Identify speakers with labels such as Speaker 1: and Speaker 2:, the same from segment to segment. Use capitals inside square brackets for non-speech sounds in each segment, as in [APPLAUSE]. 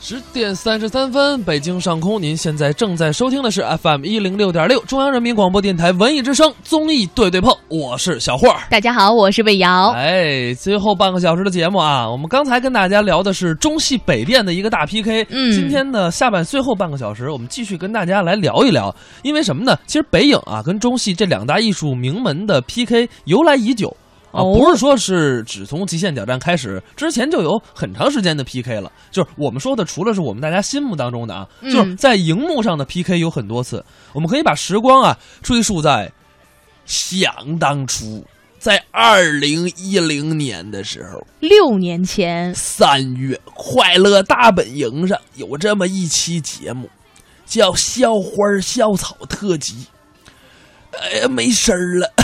Speaker 1: 十点三十三分，北京上空，您现在正在收听的是 FM 一零六点六，中央人民广播电台文艺之声综艺对对碰，我是小霍儿。
Speaker 2: 大家好，我是魏瑶。
Speaker 1: 哎，最后半个小时的节目啊，我们刚才跟大家聊的是中戏北电的一个大 PK。
Speaker 2: 嗯
Speaker 1: 今天呢，下半最后半个小时，我们继续跟大家来聊一聊，因为什么呢？其实北影啊跟中戏这两大艺术名门的 PK 由来已久。啊，
Speaker 2: 哦
Speaker 1: 不是说是只从《极限挑战》开始，之前就有很长时间的 PK 了。就是我们说的，除了是我们大家心目当中的啊，
Speaker 2: 嗯
Speaker 1: 就是在荧幕上的 PK 有很多次。我们可以把时光啊追溯在想当初，在二零一零年的时候，
Speaker 2: 六年前，
Speaker 1: 三月《快乐大本营》上有这么一期节目，叫《校花校草特辑》。哎呀，没声儿了。 [COUGHS]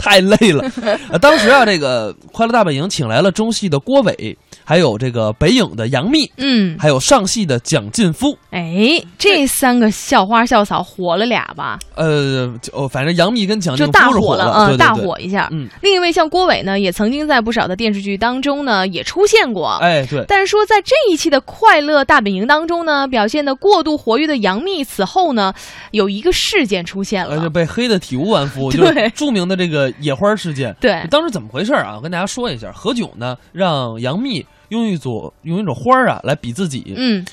Speaker 1: 太累
Speaker 2: [LAUGHS]
Speaker 1: 了、呃当时啊，这个《快乐大本营》请来了中戏的郭伟，还有这个北影的杨幂，
Speaker 2: 嗯，
Speaker 1: 还有上戏的蒋劲夫。
Speaker 2: 哎，这三个校花校草火了俩吧，
Speaker 1: 呃，就、哦反正杨幂跟蒋劲
Speaker 2: 就
Speaker 1: 夫
Speaker 2: 大
Speaker 1: 是火
Speaker 2: 了，
Speaker 1: 对对
Speaker 2: 嗯，大
Speaker 1: 对。
Speaker 2: 火一下。
Speaker 1: 嗯，
Speaker 2: 另一位像郭伟呢，也曾经在不少的电视剧当中呢也出现过。
Speaker 1: 哎，对，
Speaker 2: 哦但是说，在这一期的《快乐大本营》当中呢，表现的过度活跃的杨幂，此后呢，有一个事件出现
Speaker 1: 而且
Speaker 2: 了。
Speaker 1: 哎被黑的体无完肤，就
Speaker 2: 对
Speaker 1: 是著名的这个野花事件。
Speaker 2: 对
Speaker 1: 当时怎么回事啊？我跟大家说一下，何炅呢让杨幂用一朵用一种花儿啊来比自己，
Speaker 2: 嗯，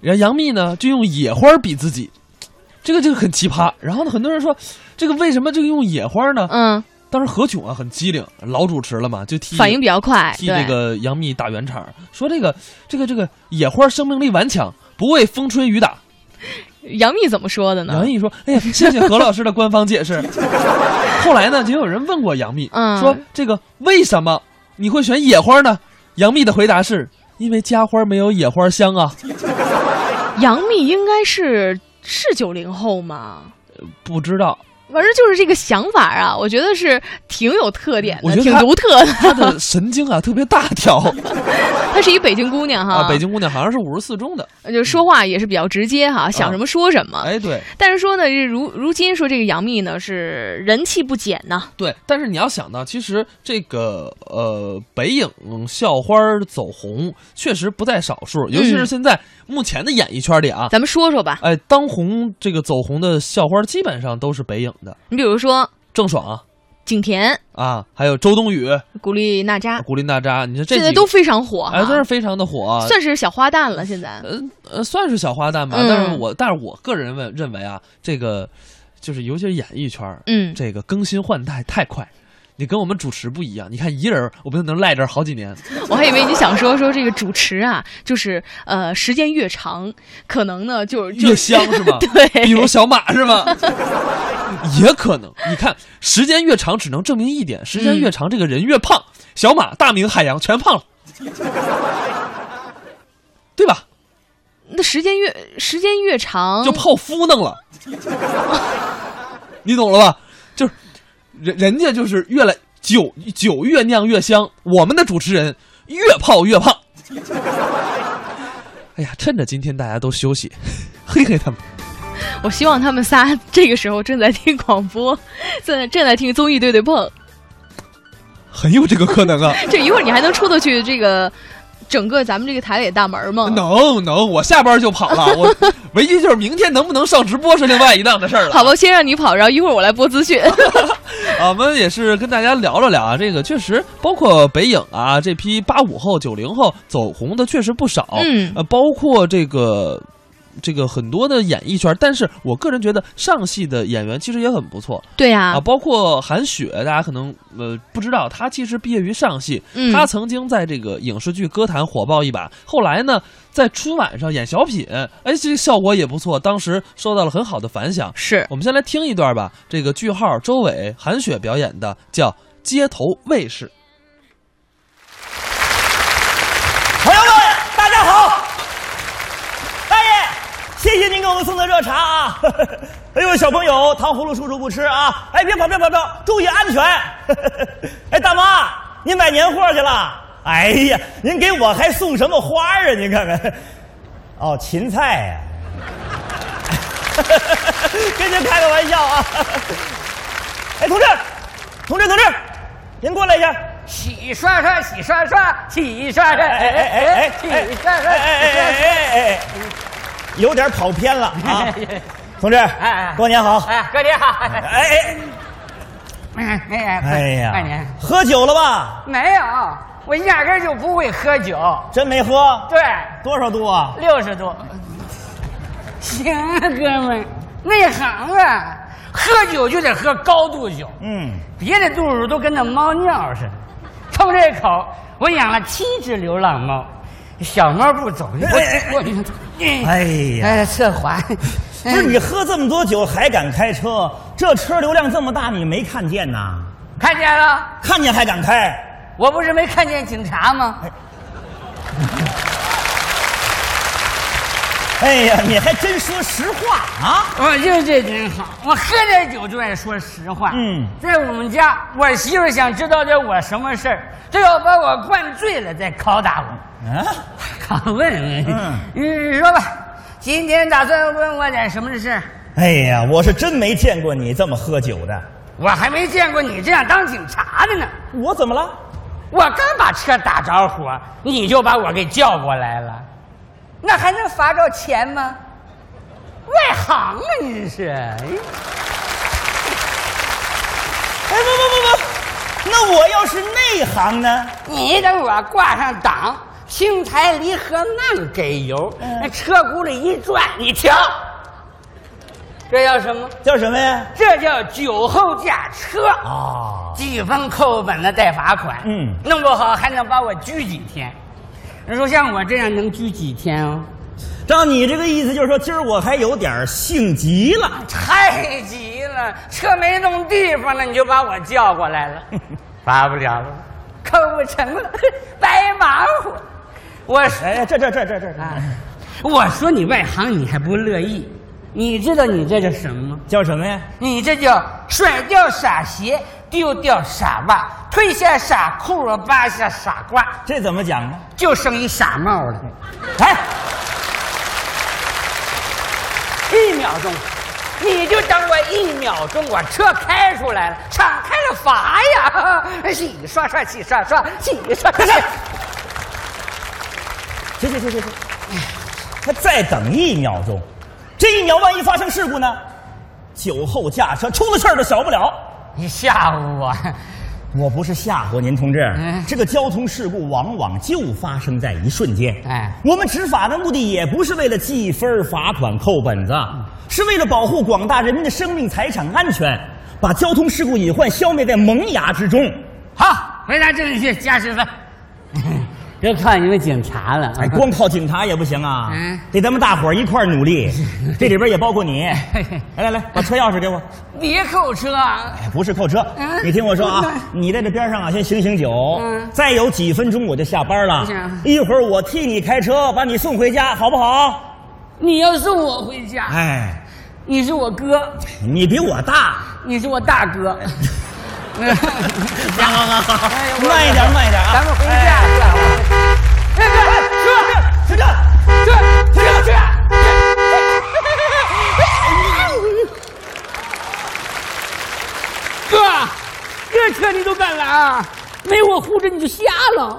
Speaker 1: 然后杨幂呢就用野花比自己，这个这个很奇葩。然后呢，很多人说这个为什么这个用野花呢？
Speaker 2: 嗯，
Speaker 1: 当时何炅啊很机灵，老主持了嘛，就替
Speaker 2: 反应比较快，
Speaker 1: 替这
Speaker 2: 对，
Speaker 1: 个杨幂打圆场，说这个这个这个野花生命力顽强，不畏风吹雨打。
Speaker 2: 杨幂怎么说的
Speaker 1: 杨
Speaker 2: 呢？
Speaker 1: 幂说：“哎呀，谢谢何老师的官方解
Speaker 2: [LAUGHS]
Speaker 1: 释。”后来呢，就有人问过杨幂，
Speaker 2: 嗯
Speaker 1: 说：“这个为什么你会选野花呢？”杨幂的回答是：“因为家花没有野花香啊。
Speaker 2: 杨幂应该是是九零后吗？”
Speaker 1: 不知道
Speaker 2: 反正就是这个想法啊，我觉得是挺有特点
Speaker 1: 我
Speaker 2: 的，
Speaker 1: 觉得
Speaker 2: 挺
Speaker 1: 他
Speaker 2: 独特的。 [LAUGHS]
Speaker 1: 她的神经啊特别大条
Speaker 2: 她是一北京姑娘哈，
Speaker 1: 啊，北京姑娘好像是五十四中的。
Speaker 2: 就说话也是比较直接哈，想什么说什么。
Speaker 1: 啊哎，对
Speaker 2: 但是说呢，这如如今说这个杨幂呢是人气不减呐，
Speaker 1: 对，但是你要想到，其实这个呃北影校花走红确实不在少数，尤其是
Speaker 2: 嗯
Speaker 1: 现在目前的演艺圈里啊。
Speaker 2: 咱们说说吧，
Speaker 1: 哎，当红这个走红的校花基本上都是北影的，
Speaker 2: 你比如说
Speaker 1: 郑爽
Speaker 2: 景甜、
Speaker 1: 啊，还有周冬雨、
Speaker 2: 古力娜扎，
Speaker 1: 古力娜扎，你说啊这
Speaker 2: 现在
Speaker 1: 几个
Speaker 2: 都非常火哈，
Speaker 1: 哎都是非常的火，
Speaker 2: 算是小花旦了。现在，
Speaker 1: 呃算是小花旦吧。
Speaker 2: 嗯
Speaker 1: 但是我但是我个人认认为啊，这个就是尤其是演艺圈儿，
Speaker 2: 嗯，
Speaker 1: 这个更新换代太快。你跟我们主持不一样，你看一人儿我们就能赖这儿好几
Speaker 2: [LAUGHS]
Speaker 1: 年，
Speaker 2: 我还以为你想说说这个主持啊，就是呃，时间越长，可能呢就就？
Speaker 1: 越香是吗
Speaker 2: [LAUGHS] 对，
Speaker 1: 比如小马是
Speaker 2: [LAUGHS]
Speaker 1: 吗？ [LAUGHS] 也可能，你看时间越长，只能证明一点：时间越长，这个人越胖。小马、大明、海洋全胖了，对吧？
Speaker 2: 那时间越时间越长，
Speaker 1: 就泡芙弄了， [LAUGHS] 你懂了吧？就是人人家就是越来酒酒越酿越香，我们的主持人越泡越胖。 [LAUGHS] 哎呀，趁着今天大家都休息， [LAUGHS] 嘿嘿他们。
Speaker 2: 我希望他们仨 [LAUGHS] 这个时候正在听广播，正在正在听综艺对对碰，
Speaker 1: 很有这个可
Speaker 2: [LAUGHS]
Speaker 1: 能啊！
Speaker 2: 这一会儿你还能出得去这个整个咱们这个台里的大门吗？
Speaker 1: 能能，我下班就跑
Speaker 2: [LAUGHS]
Speaker 1: 了。我唯一就是明天能不能上直播是另外一档的事儿了。
Speaker 2: 好吧，先让你跑，然后一会儿我来播资讯。
Speaker 1: 啊，我们也是跟大家聊了聊啊，这个确实包括北影啊，这批八五后、九零后走红的确实不少。
Speaker 2: 嗯
Speaker 1: 呃，包括这个这个很多的演艺圈，但是我个人觉得上戏的演员其实也很不错啊
Speaker 2: 对呀、
Speaker 1: 包括韩雪，大家可能呃不知道，她其实毕业于上戏，
Speaker 2: 嗯
Speaker 1: 她曾经在这个影视剧歌坛火爆一把，后来呢，在春晚上演小品，哎，这个效果也不错，当时受到了很好的反响。
Speaker 2: 是
Speaker 1: 我们先来听一段吧，这个句号周伟、韩雪表演的叫《街头卫士》。
Speaker 3: 朋友们，大家好！大爷，谢谢您给我们送的热茶啊！ [LAUGHS] 哎呦，小朋友，糖葫芦叔叔不吃啊！哎，别跑，别跑，别跑，注意安全！ [LAUGHS] 哎，大妈，您买年货去了？哎呀，您给我还送什么花啊？您看看，哦，芹菜呀、 [LAUGHS] 跟您开个玩笑啊！哎，同志，同志，同志，您过来一下。
Speaker 4: 洗刷刷，洗刷刷，洗刷刷，
Speaker 3: 哎哎哎哎
Speaker 4: 洗
Speaker 3: 哎
Speaker 4: 刷刷，洗刷刷。
Speaker 3: 哎哎，有点跑偏了啊，同志，
Speaker 4: 哎
Speaker 3: 过年好！
Speaker 4: 哎，过年好！
Speaker 3: 哎哎，
Speaker 4: 哎哎
Speaker 3: 哎
Speaker 4: 过
Speaker 3: 呀
Speaker 4: 年，
Speaker 3: 喝酒了吧？
Speaker 4: 没有，我压根儿就不会喝酒。
Speaker 3: 真没喝？
Speaker 4: 对，
Speaker 3: 多少度啊？
Speaker 4: 六十度。行啊，哥们儿，内行啊，喝酒就得喝高度酒，
Speaker 3: 嗯，
Speaker 4: 别的度数都跟那猫尿似的。冲这口，我养了七只流浪猫，小猫不走，我我
Speaker 3: 哎呀，
Speaker 4: 哎，侧滑。
Speaker 3: 不
Speaker 4: 哎
Speaker 3: 是你喝这么多酒还敢开车？这车流量这么大，你没看见呐？
Speaker 4: 看见了。
Speaker 3: 看见还敢开？
Speaker 4: 我不是没看见警察吗？
Speaker 3: 哎呀，你还真说实话啊！
Speaker 4: 我就这真好，我喝点酒就爱说实话。
Speaker 3: 嗯
Speaker 4: 在我们家，我媳妇儿想知道点我什么事儿，都要把我灌醉了再拷打我。
Speaker 3: 嗯、
Speaker 4: [LAUGHS] 拷问我？
Speaker 3: 嗯
Speaker 4: 嗯，说吧，今天打算问我点什么事儿？
Speaker 3: 哎呀，我是真没见过你这么喝酒的。
Speaker 4: 我还没见过你这样当警察的呢。
Speaker 3: 我怎么了？
Speaker 4: 我刚把车打着火，你就把我给叫过来了，那还能罚着钱吗？外行啊，你是。
Speaker 3: 哎，不不不不，那我要是内行呢？
Speaker 4: 你等我挂上档，青苔离合慢给油，那车轱辘一转，你停。这叫什么？
Speaker 3: 叫什么呀？
Speaker 4: 这叫酒后驾车，
Speaker 3: 啊，
Speaker 4: 记分扣本子带罚款。
Speaker 3: 嗯
Speaker 4: 弄不好还能把我拘几天。你说像我这样能拘几天哦？
Speaker 3: 照你这个意思，就是说今儿我还有点性急了。
Speaker 4: 太急了，车没弄地方了，你就把我叫过来了， [LAUGHS] 罚不了了，扣不成了， [LAUGHS] 白忙活。我说。
Speaker 3: 哎，这这这这这，
Speaker 4: 啊，我说你外行，你还不乐意？你知道你这叫什么吗？
Speaker 3: 叫什么呀？
Speaker 4: 你这叫甩掉傻鞋，丢掉傻袜，褪下傻裤，扒下傻瓜，
Speaker 3: 这怎么讲呢？
Speaker 4: 就剩一傻帽了。
Speaker 3: 哎，
Speaker 4: 一秒钟，你就等我一秒钟，我车开出来了，敞开了罚呀！ [LAUGHS] 洗刷刷，洗刷刷，洗刷刷。
Speaker 3: 行行行行行，还再等一秒钟，这一秒万一发生事故呢？酒后驾车出了事儿都少不了。
Speaker 4: 你吓唬我，
Speaker 3: 我不是吓唬您，同志，
Speaker 4: 嗯
Speaker 3: 这个交通事故往往就发生在一瞬间。
Speaker 4: 哎
Speaker 3: 我们执法的目的也不是为了记分儿、罚款、扣本子，是为了保护广大人民的生命财产安全，把交通事故隐患消灭在萌芽之中。
Speaker 4: 好，回答正确，加 [LAUGHS] 十分。这靠你们警察了。
Speaker 3: 哎，光靠警察也不行啊，
Speaker 4: 嗯
Speaker 3: 得咱们大伙儿一块儿努力。这里边也包括你。来来来，把车钥匙给我。
Speaker 4: 别扣车啊，
Speaker 3: 哎，不是扣车，
Speaker 4: 嗯
Speaker 3: 你听我说
Speaker 4: [LAUGHS]
Speaker 3: 啊
Speaker 4: 嗯，
Speaker 3: 你在这边上啊，先醒醒酒，
Speaker 4: 嗯
Speaker 3: 再有几分钟我就下班了
Speaker 4: 是啊，
Speaker 3: 一会儿我替你开车把你送回家，好不好？
Speaker 4: 你要送我回家，
Speaker 3: 哎，
Speaker 4: 你是我哥，
Speaker 3: 你比我大，
Speaker 4: 你是我大哥。
Speaker 3: 行行行
Speaker 4: 哎呀
Speaker 3: [LAUGHS]
Speaker 4: 我
Speaker 3: 慢一点，慢一点啊，
Speaker 4: [LAUGHS] 咱们回
Speaker 3: 哎
Speaker 4: 家去啊。别别，车
Speaker 3: 是这，
Speaker 4: 车车车！ [LAUGHS] 哥，这车你都敢来啊？没我护着你就瞎了。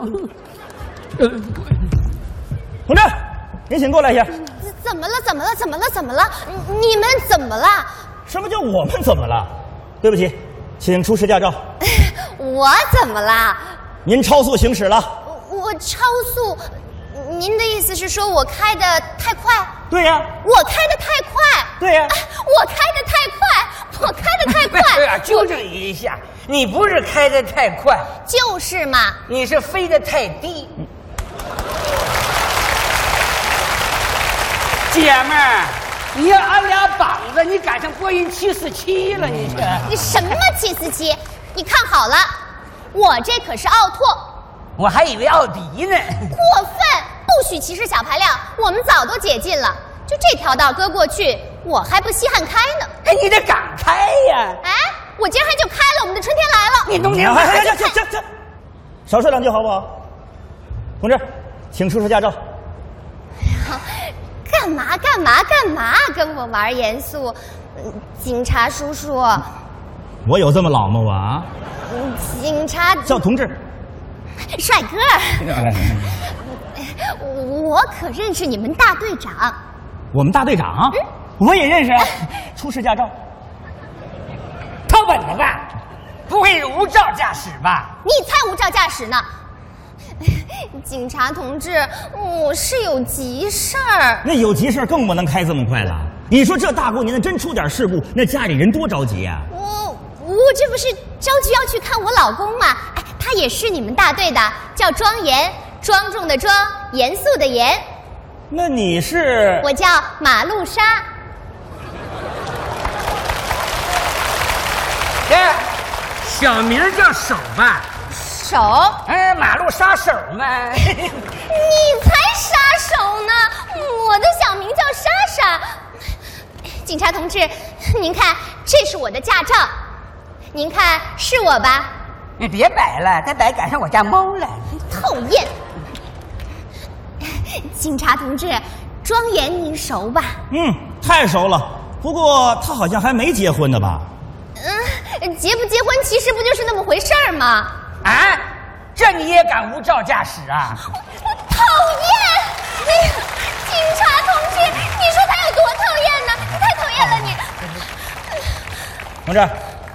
Speaker 3: 同志，您请过来一下。
Speaker 5: 怎么了？怎么了？怎么了？怎么了？你你们怎么了？ [LAUGHS]
Speaker 3: 什么叫我们怎么了？对不起，请出示驾照，
Speaker 5: 我怎么了？
Speaker 3: 您超速行驶了。
Speaker 5: 我我超速。您的意思是说我开的太快？
Speaker 3: 对呀、
Speaker 5: 我开的太快？
Speaker 3: 对呀
Speaker 5: 啊我开的太快，我开的太
Speaker 3: [LAUGHS]
Speaker 5: 哎快，
Speaker 4: 哎呀，纠正一下，你不是开的太快，
Speaker 5: 就是嘛。
Speaker 4: 你是飞得太低。姐们儿，你要俺俩膀子，你赶上波音七四七了，你这。
Speaker 5: 你什么七四七？你看好了，我这可是奥拓，
Speaker 4: 我还以为奥迪呢。
Speaker 5: 过分，不许歧视小排量。我们早都解禁了，就这条道搁过去，我还不稀罕开呢。
Speaker 4: 哎，你得敢开呀！
Speaker 5: 哎，我今儿还就开了，我们的春天来了。
Speaker 4: 你冬啊天
Speaker 3: 哎哎
Speaker 4: 来
Speaker 3: 哎行行行，少说两句好不好？同志，请出示驾照。
Speaker 5: 干嘛干嘛干嘛？跟我玩严肃？嗯警察叔叔，嗯
Speaker 3: 我有这么老吗？我啊，
Speaker 5: 嗯警察
Speaker 3: 叫同志，
Speaker 5: 帅哥
Speaker 3: 哎
Speaker 5: 儿，我可认识你们大队长。
Speaker 3: 我们大队长，我也认识，啊出示驾照。
Speaker 4: 偷本子吧，不会无照驾驶吧？
Speaker 5: 你才无照驾驶呢！ [LAUGHS] 警察同志，我是有急事儿。
Speaker 3: 那有急事儿更不能开这么快了。你说这大过年的，真出点事故，那家里人多着急啊！
Speaker 5: 我我这不是着急要去看我老公吗？哎，他也是你们大队的，叫庄严，庄重的庄，严肃的严。
Speaker 3: 那你是
Speaker 5: 我叫马路杀。
Speaker 4: 哎，小名叫手吧？
Speaker 5: 手？
Speaker 4: 嗯，马路杀手嘛。
Speaker 5: 你才杀手呢！我的小名叫莎莎。警察同志，您看，这是我的驾照，您看是我吧？
Speaker 4: 你别摆了，再摆赶上我家猫了。
Speaker 5: 讨厌！警察同志，庄严您熟吧？
Speaker 3: 嗯，太熟了。不过他好像还没结婚呢吧？
Speaker 5: 嗯，结不结婚其实不就是那么回事儿吗？
Speaker 4: 啊，这你也敢无照驾驶啊？
Speaker 5: 我讨厌！哎呀，警察同志，你说他有多讨厌呢？你太讨厌了你！
Speaker 3: 同志，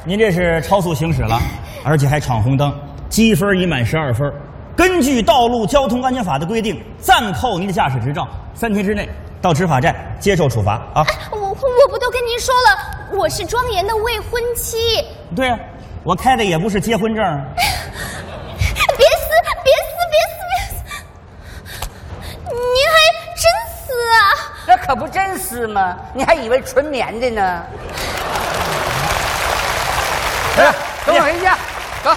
Speaker 3: 您这是超速行驶了，而且还闯红灯，积分已满十二分。根据《道路交通安全法》的规定，暂扣您的驾驶执照，三天之内到执法站接受处罚啊！
Speaker 5: 我我不都跟您说了，我是庄严的未婚妻。哎
Speaker 3: 对啊，我开的也不是结婚证啊。
Speaker 5: 别撕，别撕，别撕，别撕！您还真撕啊！
Speaker 4: 那可不真丝吗？你还以为纯棉的呢？哎，跟我回家，走，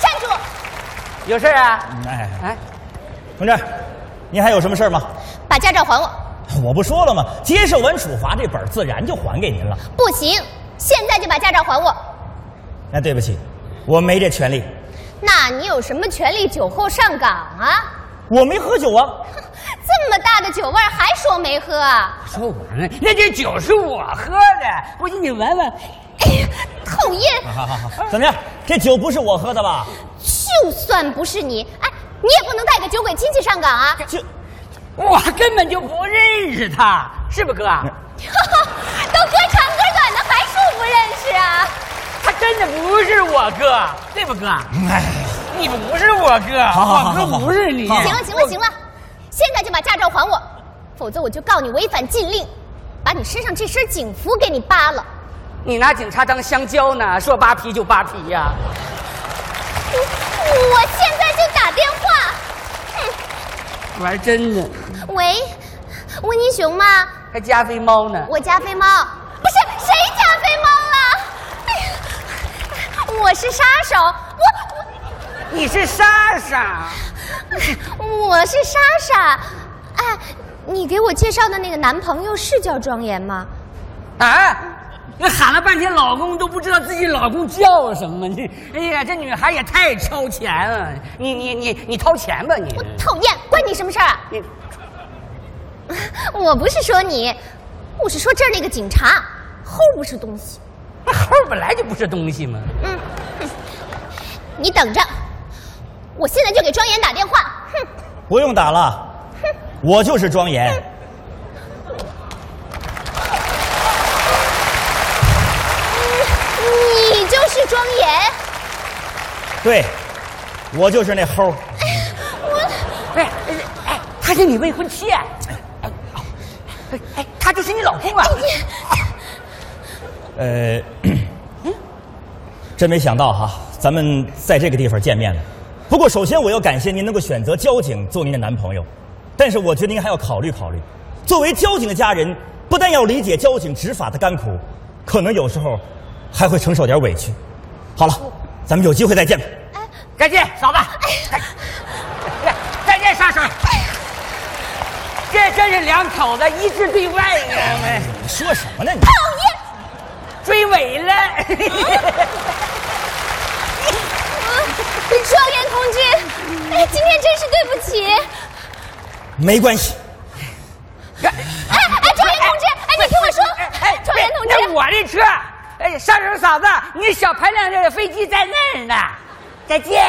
Speaker 5: 站住！
Speaker 4: 有事儿啊？
Speaker 3: 哎，
Speaker 4: 哎，
Speaker 3: 同志，您还有什么事儿吗？
Speaker 5: 把驾照还我！
Speaker 3: 我不说了吗？接受完处罚，这本儿自然就还给您了。
Speaker 5: 不行，现在就把驾照还我！
Speaker 3: 那哎对不起，我没这权利，
Speaker 5: 那你有什么权利酒后上岗啊？
Speaker 3: 我没喝酒啊。
Speaker 5: 哼这么大的酒味儿还说没喝啊？
Speaker 4: 说我呢？那这酒是我喝的，估计你闻闻。
Speaker 5: 哎呀，讨厌！
Speaker 3: 好好好，怎么样？这酒不是我喝的吧？
Speaker 5: 就算不是你，哎，你也不能带个酒鬼亲戚上岗啊！ [LAUGHS]
Speaker 3: 这
Speaker 4: 我根本就不认识他，是不是哥？
Speaker 5: 都哥长哥短的，还说不认识啊？
Speaker 4: 他真的不是我哥，对不哥？
Speaker 3: 哎，
Speaker 4: 你不是我哥，
Speaker 3: 好好好好
Speaker 4: 我哥不是你。
Speaker 3: 好
Speaker 5: 行了，行了，行了，现在就把驾照还我，否则我就告你违反禁令，把你身上这身警服给你扒了。
Speaker 4: 你拿警察当香蕉呢，说扒皮就扒皮呀、
Speaker 5: 我我现在就打电话。
Speaker 4: 玩真的，
Speaker 5: 喂，温妮熊吗？
Speaker 4: 还加菲猫呢。
Speaker 5: 我家飞猫，不是谁家飞猫了？哎呀我是杀手，
Speaker 4: 你是莎莎，
Speaker 5: 我我我是莎莎。哎，你给我介绍的那个男朋友是叫庄严吗？
Speaker 4: 啊？那喊了半天老公都不知道自己老公叫什么，你哎呀，这女孩也太超前了。你你你你掏钱吧你。
Speaker 5: 我讨厌，关你什么事儿啊？
Speaker 4: 你
Speaker 5: 我不是说你，我是说这儿那个警察，齁不是东西。
Speaker 4: 那猴儿本来就不是东西嘛。
Speaker 5: 嗯，哼你等着，我现在就给庄严打电话。哼，
Speaker 3: 不用打了，我就是庄严。
Speaker 5: 你就是庄严，
Speaker 3: 对，我就是那齁儿。
Speaker 4: 哎哎哎，他是你未婚妻。哎哎哎哎，他就是你老公啊！
Speaker 3: 呃，真没想到哈，咱们在这个地方见面了。不过，首先我要感谢您能够选择交警做您的男朋友，但是我觉得您还要考虑考虑。作为交警的家人，不但要理解交警执法的甘苦，可能有时候还会承受点委屈。好了，咱们有机会再见吧。
Speaker 4: 再见，嫂子。哎再见，杀手。这真是两口子一致对外呀！
Speaker 3: 你说什么呢你？
Speaker 5: 讨厌。
Speaker 4: 追尾了。
Speaker 5: 嗯庄严同志，哎，今天真是对不起。
Speaker 3: 没关系，
Speaker 5: 哎哎，庄严同志，哎，你听我说，庄严同
Speaker 4: 那
Speaker 5: 志，
Speaker 4: 我的车。 [LAUGHS] 哎，杀手嫂子，你小排量的飞机在那儿呢。再见。